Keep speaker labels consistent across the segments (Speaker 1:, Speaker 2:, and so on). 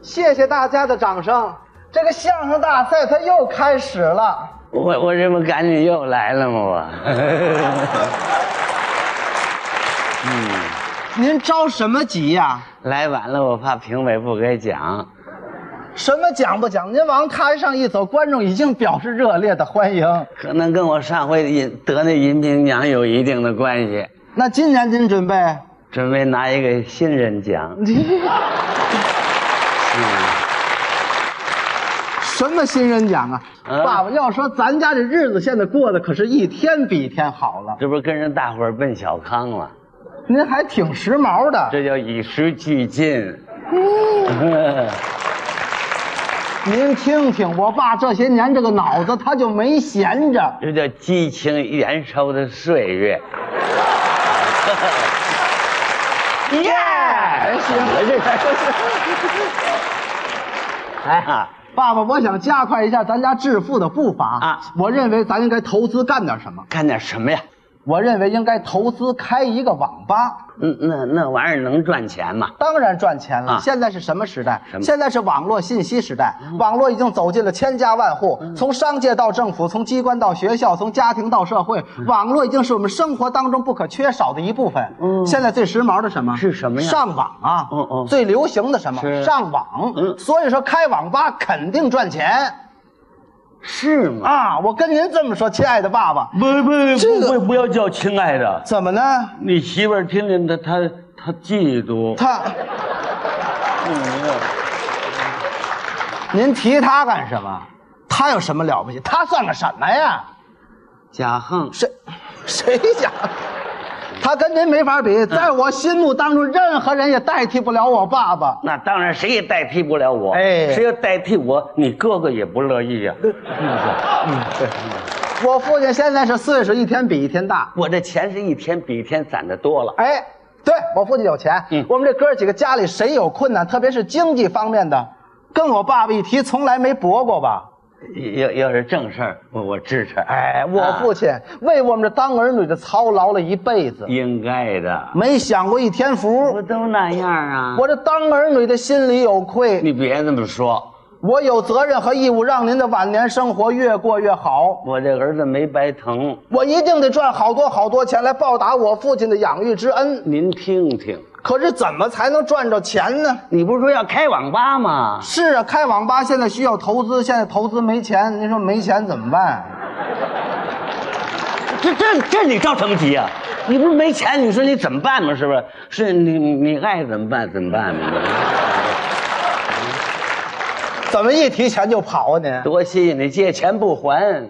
Speaker 1: 谢谢大家的掌声。这个相声大赛它又开始了。
Speaker 2: 我我这不赶紧又来了吗？我
Speaker 1: 您着什么急呀、
Speaker 2: 来晚了，我怕评委不给奖。
Speaker 1: 什么讲不讲？您往台上一走，观众已经表示热烈的欢迎。
Speaker 2: 可能跟我上回银得那银屏奖有一定的关系。
Speaker 1: 那今年您准备？
Speaker 2: 准备拿一个新人奖，
Speaker 1: 什么新人奖啊？
Speaker 2: 嗯
Speaker 1: 爸爸要说咱家这日子现在过得可是一天比一天好了。
Speaker 2: 这不是跟着大伙儿奔小康吗？
Speaker 1: 您还挺时髦的，
Speaker 2: 这叫与时俱进。
Speaker 1: 您听听，我爸这些年这个脑子他就没闲着。
Speaker 2: 这叫激情燃烧的岁月。耶！
Speaker 1: 行
Speaker 2: 我这哎，
Speaker 1: 爸爸，我想加快一下咱家致富的步伐
Speaker 2: 啊
Speaker 1: 我认为咱应该投资干点什么。
Speaker 2: 干点什么呀？
Speaker 1: 我认为应该投资开一个网吧，
Speaker 2: 嗯，那那玩意儿能赚钱吗？
Speaker 1: 当然赚钱了。
Speaker 2: 啊
Speaker 1: 现在是什么时代
Speaker 2: 什？么嗯
Speaker 1: 现在是网络信息时代，网络已经走进了千家万户，从商界到政府，从机关到学校，从家庭到社会，网络已经是我们生活当中不可缺少的一部分。
Speaker 2: 嗯
Speaker 1: 现在最时髦的什么？
Speaker 2: 是什么呀
Speaker 1: 上网啊！
Speaker 2: 嗯嗯
Speaker 1: 最流行的什么？
Speaker 2: 是
Speaker 1: 上网。
Speaker 2: 嗯
Speaker 1: 所以说开网吧肯定赚钱
Speaker 2: 是吗？
Speaker 1: 啊！我跟您这么说，亲爱的爸爸，
Speaker 2: 不不
Speaker 1: 这个
Speaker 2: 不要叫亲爱的，
Speaker 1: 怎么呢？
Speaker 2: 你媳妇儿听见她她她嫉妒。
Speaker 1: 他，您提他干什么？他有什么了不起？他算个什么呀？
Speaker 2: 贾横，
Speaker 1: 谁，谁讲？他跟您没法比，在我心目当中，任何人也代替不了我爸爸。
Speaker 2: 那当然谁也代替不了我。
Speaker 1: 哎呃
Speaker 2: 谁要代替我，你哥哥也不乐意呀、
Speaker 1: 我父亲现在是岁数一天比一天大。
Speaker 2: 我这钱是一天比一天攒的多了。
Speaker 1: 哎，对我父亲有钱，
Speaker 2: 嗯
Speaker 1: 我们这哥几个家里谁有困难，特别是经济方面的，跟我爸爸一提，从来没驳过吧。
Speaker 2: 要要是正事儿，我我支持。
Speaker 1: 哎，我
Speaker 2: 啊
Speaker 1: 父亲为我们这当儿女的操劳了一辈子，
Speaker 2: 应该的，
Speaker 1: 没享过一天福
Speaker 2: 不。都那样啊？
Speaker 1: 我这当儿女的心里有愧，
Speaker 2: 你别这么说，
Speaker 1: 我有责任和义务让您的晚年生活越过越好。
Speaker 2: 我这儿子没白疼。
Speaker 1: 我一定得赚好多好多钱来报答我父亲的养育之恩。
Speaker 2: 您听听，
Speaker 1: 可是怎么才能赚着钱呢？
Speaker 2: 你不是说要开网吧吗？
Speaker 1: 是啊，开网吧现在需要投资，现在投资没钱，您说没钱怎么办？
Speaker 2: 这这这你着什么急啊？你不是没钱，你说你怎么办嘛？是不是？是你你爱怎么办怎么办嘛？
Speaker 1: 怎么一提钱就跑啊您？
Speaker 2: 多谢你借钱不还，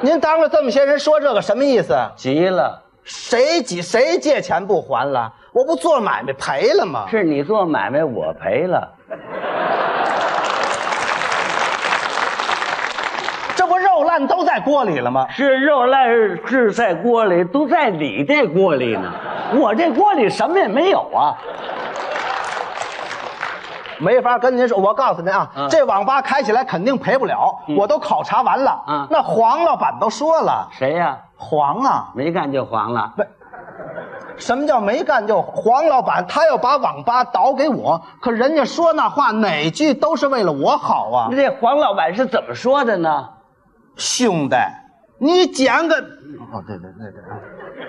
Speaker 1: 您当着这么些人说这个什么意思？
Speaker 2: 急了。
Speaker 1: 谁急谁借钱不还了？我不做买卖赔了吗？
Speaker 2: 是你做买卖，我赔了。
Speaker 1: 这不肉烂都在锅里了吗？
Speaker 2: 是肉烂是在锅里，都在你这锅里呢。我这锅里什么也没有啊。
Speaker 1: 没法跟您说，我告诉您啊，
Speaker 2: 嗯
Speaker 1: 这网吧开起来肯定赔不了，我都考察完了。
Speaker 2: 嗯
Speaker 1: 那黄老板都说了，
Speaker 2: 谁呀、
Speaker 1: 黄啊，
Speaker 2: 没干就黄了。
Speaker 1: 什么叫没干就黄老板？他要把网吧倒给我，可人家说那话哪句都是为了我好啊
Speaker 2: 那，这黄老板是怎么说的呢？
Speaker 1: 兄弟，你捡个，哦对对对对，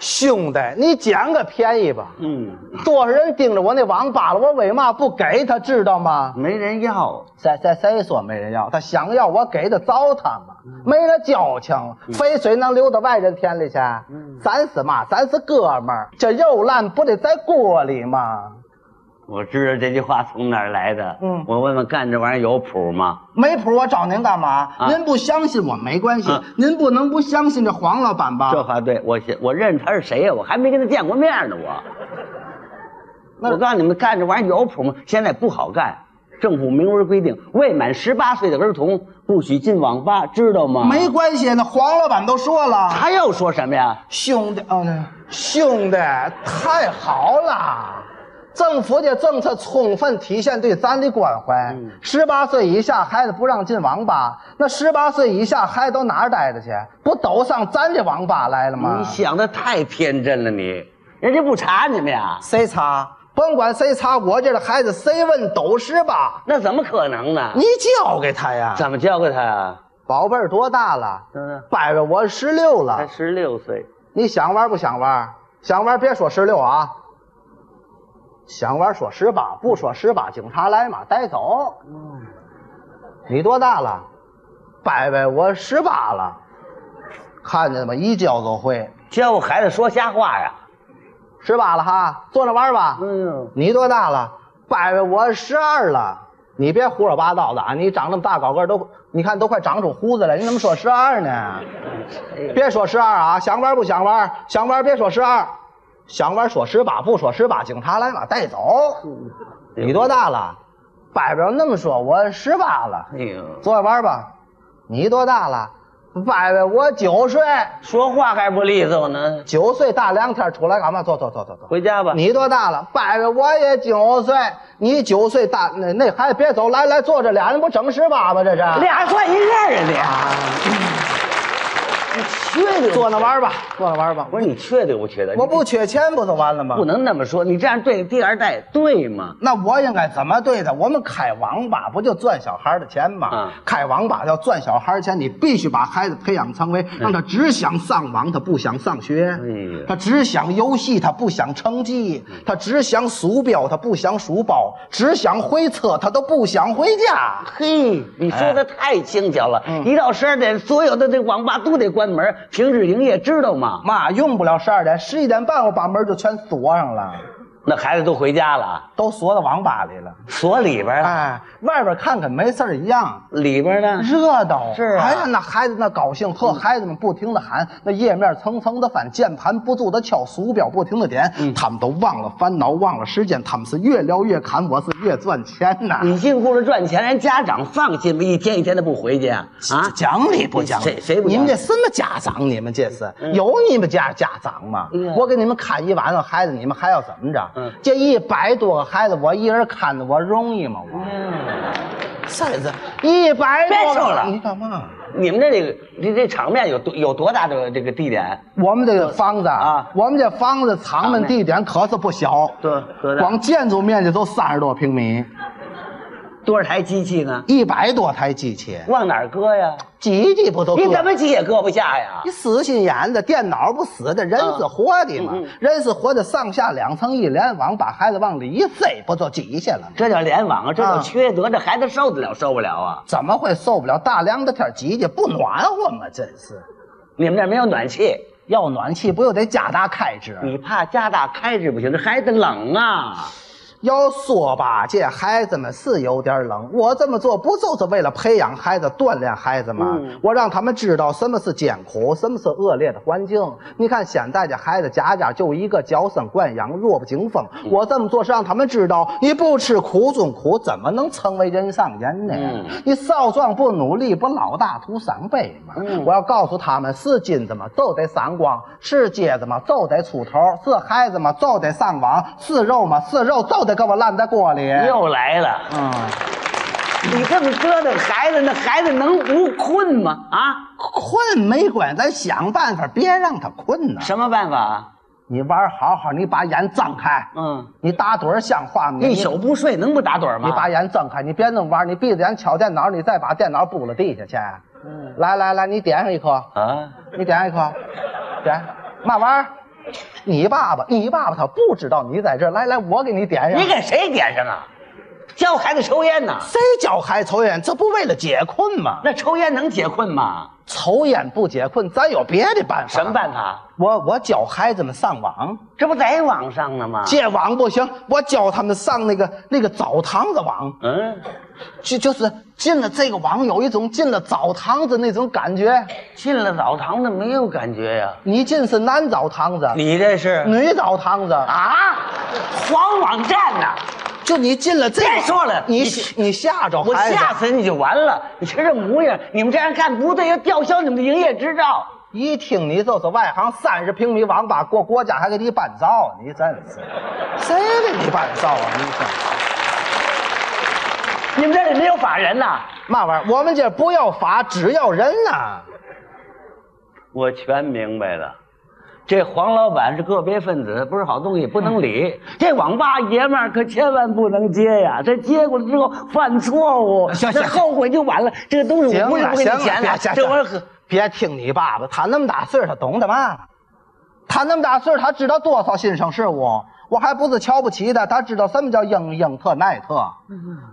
Speaker 1: 兄弟，你捡个便宜吧。
Speaker 2: 嗯，
Speaker 1: 多少人盯着我那网吧了，我为嘛不给他，知道吗？
Speaker 2: 没人要。
Speaker 1: 谁谁谁说没人要？他想要我给的糟蹋嘛，
Speaker 2: 嗯
Speaker 1: 没那交情，肥水能流到外人田里去？
Speaker 2: 嗯
Speaker 1: 咱是嘛？咱是哥们儿，这肉烂不得在锅里吗？
Speaker 2: 我知道这句话从哪儿来的。
Speaker 1: 嗯
Speaker 2: 我问问，干这玩意儿有谱吗？
Speaker 1: 没谱，我找您干嘛？
Speaker 2: 啊
Speaker 1: 您不相信我没关系，
Speaker 2: 啊
Speaker 1: 您不能不相信这黄老板吧？
Speaker 2: 这话对，我信我认识他是谁呀？我还没跟他见过面呢，我。
Speaker 1: 那
Speaker 2: 我告诉你们，干这玩意儿有谱吗？现在不好干，政府明文规定，未满十八岁的儿童不许进网吧，知道吗？
Speaker 1: 没关系，那黄老板都说了，
Speaker 2: 他又说什么呀？
Speaker 1: 兄弟，哦，对兄弟，太好了！政府的政策充分体现对咱的关怀
Speaker 2: 嗯。
Speaker 1: 十八岁以下孩子不让进网吧，那十八岁以下孩子都哪儿待着去？不都上咱这
Speaker 2: 嗯
Speaker 1: 网吧来了吗
Speaker 2: 你？想的太天真了，你，人家不查你们呀？
Speaker 1: 谁查？甭管谁查我这儿的孩子，谁问都是吧？
Speaker 2: 那怎么可能呢？
Speaker 1: 你教给他呀。
Speaker 2: 怎么教给他呀？
Speaker 1: 宝贝儿多大了？
Speaker 2: 嗯，
Speaker 1: 掰着我十六
Speaker 2: 才
Speaker 1: 了，
Speaker 2: 十六岁，
Speaker 1: 你想玩不想玩？想玩别说十六啊，想玩说十八，不说十八，警察来嘛，带走。你多大了？掰掰我十八了，看见吗？一教就会。
Speaker 2: 教我孩子说瞎话呀？
Speaker 1: 十八了哈，坐着玩吧。
Speaker 2: 呦，
Speaker 1: 你多大了？掰掰我十二了。你别胡说八道的啊！你长那么大高个儿都，你看都快长出胡子来，你怎么说十二呢？
Speaker 2: 哎
Speaker 1: 别说十二啊，想玩不想玩？想玩别说十二，想玩说十八，不说十八，警察来嘛带走。你多大了？掰掰那么说，我十八了。
Speaker 2: 哎呦，
Speaker 1: 坐着玩吧。你多大了？掰掰我九岁，
Speaker 2: 说话还不利索呢。
Speaker 1: 九岁大凉天出来干嘛？坐坐坐坐坐。
Speaker 2: 回家吧。
Speaker 1: 你多大了？拜拜，我也九岁。你九岁大，那那孩子别走，来来坐着，俩人不整十八吗？这是。
Speaker 2: 俩人算一个人的，你缺德
Speaker 1: 坐那玩儿吧，坐那玩儿吧。
Speaker 2: 不是你缺德不缺德？
Speaker 1: 我不缺钱，不就完了吗？
Speaker 2: 不能那么说，你这样对第二代对吗？
Speaker 1: 那我应该怎么对他？我们开网吧不就赚小孩的钱吗？
Speaker 2: 啊
Speaker 1: 开网吧要赚小孩钱，你必须把孩子培养成为让他只想上网，他不想上学；
Speaker 2: 嗯哎呀嗯
Speaker 1: 他只想游戏，他不想成绩；他只想鼠标，他不想鼠包；只想回车，他都不想回家。
Speaker 2: 嘿，你说的太轻巧了！
Speaker 1: 嗯
Speaker 2: 一到十二点，所有的这网吧都得关门，停止营业，知道吗？
Speaker 1: 妈，用不了十二点，十一点半我把门就全锁上了，
Speaker 2: 那孩子都回家了，啊
Speaker 1: 都锁到网吧里了。
Speaker 2: 锁里边了，
Speaker 1: 哎，外边看看没事儿一样，
Speaker 2: 里边呢？
Speaker 1: 热闹。
Speaker 2: 是啊嗯
Speaker 1: 哎呀，那孩子那高兴，呵，孩子们不停的喊，那页面层层的翻，键盘不住的敲，鼠标不停的点，
Speaker 2: 嗯
Speaker 1: 他们都忘了烦恼，忘了时间，他们是越聊越侃，我是越赚钱呐。
Speaker 2: 你进屋了赚钱，人家长放心吗？一天一天的不回去啊？啊，
Speaker 1: 讲理不讲理？
Speaker 2: 谁谁不讲理
Speaker 1: 你们这什么家长？你们这是、有你们家家长吗？
Speaker 2: 嗯
Speaker 1: 我给你们看一晚上孩子，你们还要怎么着？
Speaker 2: 嗯
Speaker 1: 这一百多个孩子，我一人看着我容易吗？我真是一百多
Speaker 2: 别
Speaker 1: 个，
Speaker 2: 说了
Speaker 1: 你干嘛？
Speaker 2: 你们这这个这这场面有多有多大的这个地点？
Speaker 1: 我们这个房子
Speaker 2: 啊
Speaker 1: 我们这房子场面地点可是不小，
Speaker 2: 多多大
Speaker 1: 光建筑面积都三十多平米，
Speaker 2: 多少台机器呢？
Speaker 1: 一百多台机器，
Speaker 2: 往哪儿搁呀？
Speaker 1: 挤一挤不都？
Speaker 2: 你怎么挤也搁不下呀
Speaker 1: 你？死心眼子，电脑不死的，人是活的嘛，
Speaker 2: 嗯嗯
Speaker 1: 人是活的，上下两层一联网，把孩子往里一塞，不就挤下了吗？
Speaker 2: 这叫联网啊，这叫
Speaker 1: 啊
Speaker 2: 缺德，这孩子受得了受不了啊？
Speaker 1: 怎么会受不了大凉的天挤挤不暖和吗？真是，
Speaker 2: 你们这儿没有暖气。
Speaker 1: 要暖气不又得加大开支？
Speaker 2: 你怕加大开支不行，这孩子冷啊！
Speaker 1: 要说吧，这孩子们是有点冷。我这么做不就是为了培养孩子、锻炼孩子吗？
Speaker 2: 嗯
Speaker 1: 我让他们知道什么是艰苦，什么是恶劣的环境。你看现在的孩子，家家就一个娇生惯养、弱不禁风。
Speaker 2: 嗯
Speaker 1: 我这么做是让他们知道，你不吃苦中苦，怎么能成为人上人呢？
Speaker 2: 嗯
Speaker 1: 你少壮不努力，不老大徒伤悲吗？
Speaker 2: 嗯
Speaker 1: 我要告诉他们，是金子嘛就得闪光，是疖子嘛就得出头，是孩子嘛就得上网，是肉嘛是肉就得给我烂在锅里。
Speaker 2: 又来了，
Speaker 1: 嗯，
Speaker 2: 你这么折腾孩子，那孩子能不困吗？啊，
Speaker 1: 困没关系，咱想办法，别让他困呐。
Speaker 2: 什么办法？啊
Speaker 1: 你玩好好，你把眼睁开，
Speaker 2: 嗯，
Speaker 1: 你打盹儿像话吗？
Speaker 2: 一宿啊不睡能不打盹吗？
Speaker 1: 你把眼睁开，你别那么玩，你闭着眼敲电脑，你再把电脑拨了地下去。来来来，你点上一颗。
Speaker 2: 啊，
Speaker 1: 你点一颗，点，嘛玩意儿？你爸爸，你爸爸他不知道你在这儿。来来，我给你点上。
Speaker 2: 你给谁点上啊？教孩子抽烟呢？
Speaker 1: 谁教孩子抽烟？这不为了解困吗？
Speaker 2: 那抽烟能解困吗？
Speaker 1: 抽烟不解困，咱有别的办法。
Speaker 2: 什么？办法？
Speaker 1: 我我教孩子们上网，
Speaker 2: 这不在网上呢吗？
Speaker 1: 借网不行，我教他们上那个那个澡堂子网，
Speaker 2: 嗯，
Speaker 1: 就就是进了这个网，有一种进了澡堂子那种感觉。
Speaker 2: 进了澡堂子没有感觉呀？
Speaker 1: 你进是男澡堂子，
Speaker 2: 你这是
Speaker 1: 女澡堂子，
Speaker 2: 啊，黄网站呢？
Speaker 1: 就你进了这个，
Speaker 2: 别说了
Speaker 1: 你
Speaker 2: 你
Speaker 1: 你吓着
Speaker 2: 我
Speaker 1: 孩子，
Speaker 2: 吓死你就完了！你瞧这模样，你们这样干不对，要吊销你们的营业执照。
Speaker 1: 一听你就是外行，三十平米网吧过国家还给你办照，你真是，谁给你办照啊？你说
Speaker 2: 你们这里没有法人呐？
Speaker 1: 嘛玩意儿？我们这不要法，只要人呐、
Speaker 2: 我全明白了，这黄老板是个别分子，不是好东西，不能理。这网吧爷们儿可千万不能接呀，这接过来之后犯错误，
Speaker 3: 行
Speaker 2: 那
Speaker 3: 行
Speaker 2: 后悔就晚了。这个东西我不是不给你钱
Speaker 1: 别
Speaker 2: 的，这玩意儿可
Speaker 1: 别听你爸爸，他那么大岁数，他懂得嘛？他那么大岁数，他知道多少新生事物。我还不是瞧不起他，他知道什么叫英英特奈特，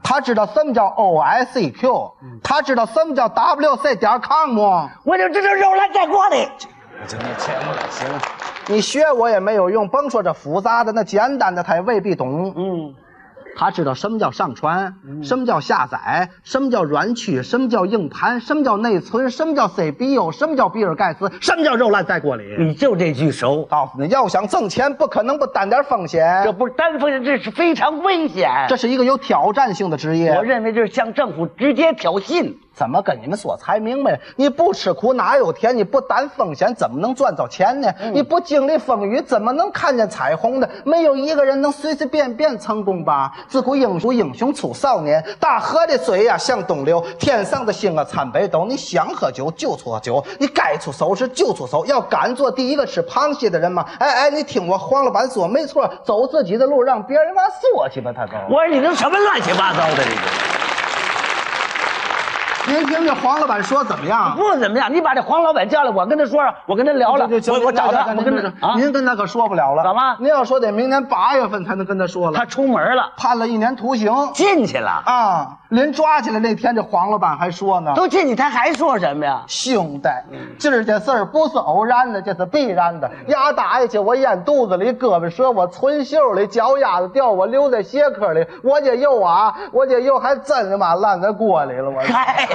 Speaker 1: 他知道什么叫 OSQ，他知道什么叫 WC 点 com。
Speaker 2: 我就这这肉烂在锅里。
Speaker 3: 行了行了行了，
Speaker 1: 你学我也没有用，甭说这复杂的，那简单的他也未必懂。嗯
Speaker 2: 嗯，
Speaker 1: 他知道什么叫上传，什么叫下载，什么叫软驱，什么叫硬盘，什么叫内存，什么叫 CPU，什么叫比尔盖茨，什么叫肉烂在锅里。
Speaker 2: 你就这句熟，
Speaker 1: 告诉你，要想挣钱，不可能不担点风险。
Speaker 2: 这不是单方面，这是非常危险。
Speaker 1: 这是一个有挑战性的职业。
Speaker 2: 我认为这是向政府直接挑衅。
Speaker 1: 怎么跟你们说才明白？你不吃苦哪有甜？你不担风险怎么能赚着钱呢？你不经历风雨怎么能看见彩虹呢？没有一个人能随随便便成功吧？自古英雄英雄出少年，大河的水呀、向东流，天上的星啊参北斗。你想喝酒就出酒，你该出手时就出手。要敢做第一个吃螃蟹的人嘛！哎哎，你听我黄老板说，没错，走自己的路，让别人往说去吧，他都。
Speaker 2: 我说你都什么乱七八糟的，你这。
Speaker 1: 您听听黄老板说怎么样？
Speaker 2: 不怎么样，你把这黄老板叫来，我跟他说说，我跟他聊聊，
Speaker 1: 就就
Speaker 2: 我我找他，
Speaker 1: 您
Speaker 2: 我跟他啊，
Speaker 1: 您跟他可说不了了。
Speaker 2: 怎么
Speaker 1: 您要说得明年八月份才能跟他说了。
Speaker 2: 他出门了，
Speaker 1: 判了一年徒刑
Speaker 2: 进去了，
Speaker 1: 啊！临抓起来那天，这黄老板还说呢
Speaker 2: 都进去，他还说什么呀：“？
Speaker 1: 兄弟，今儿这事儿不是偶然的，这是必然的。
Speaker 2: 嗯
Speaker 1: 牙打下去，我咽肚子里，胳膊折我唇袖里，脚丫子掉我留在鞋壳里。我这哎又啊，我这又还真他妈烂在锅里了。我
Speaker 2: 嗨，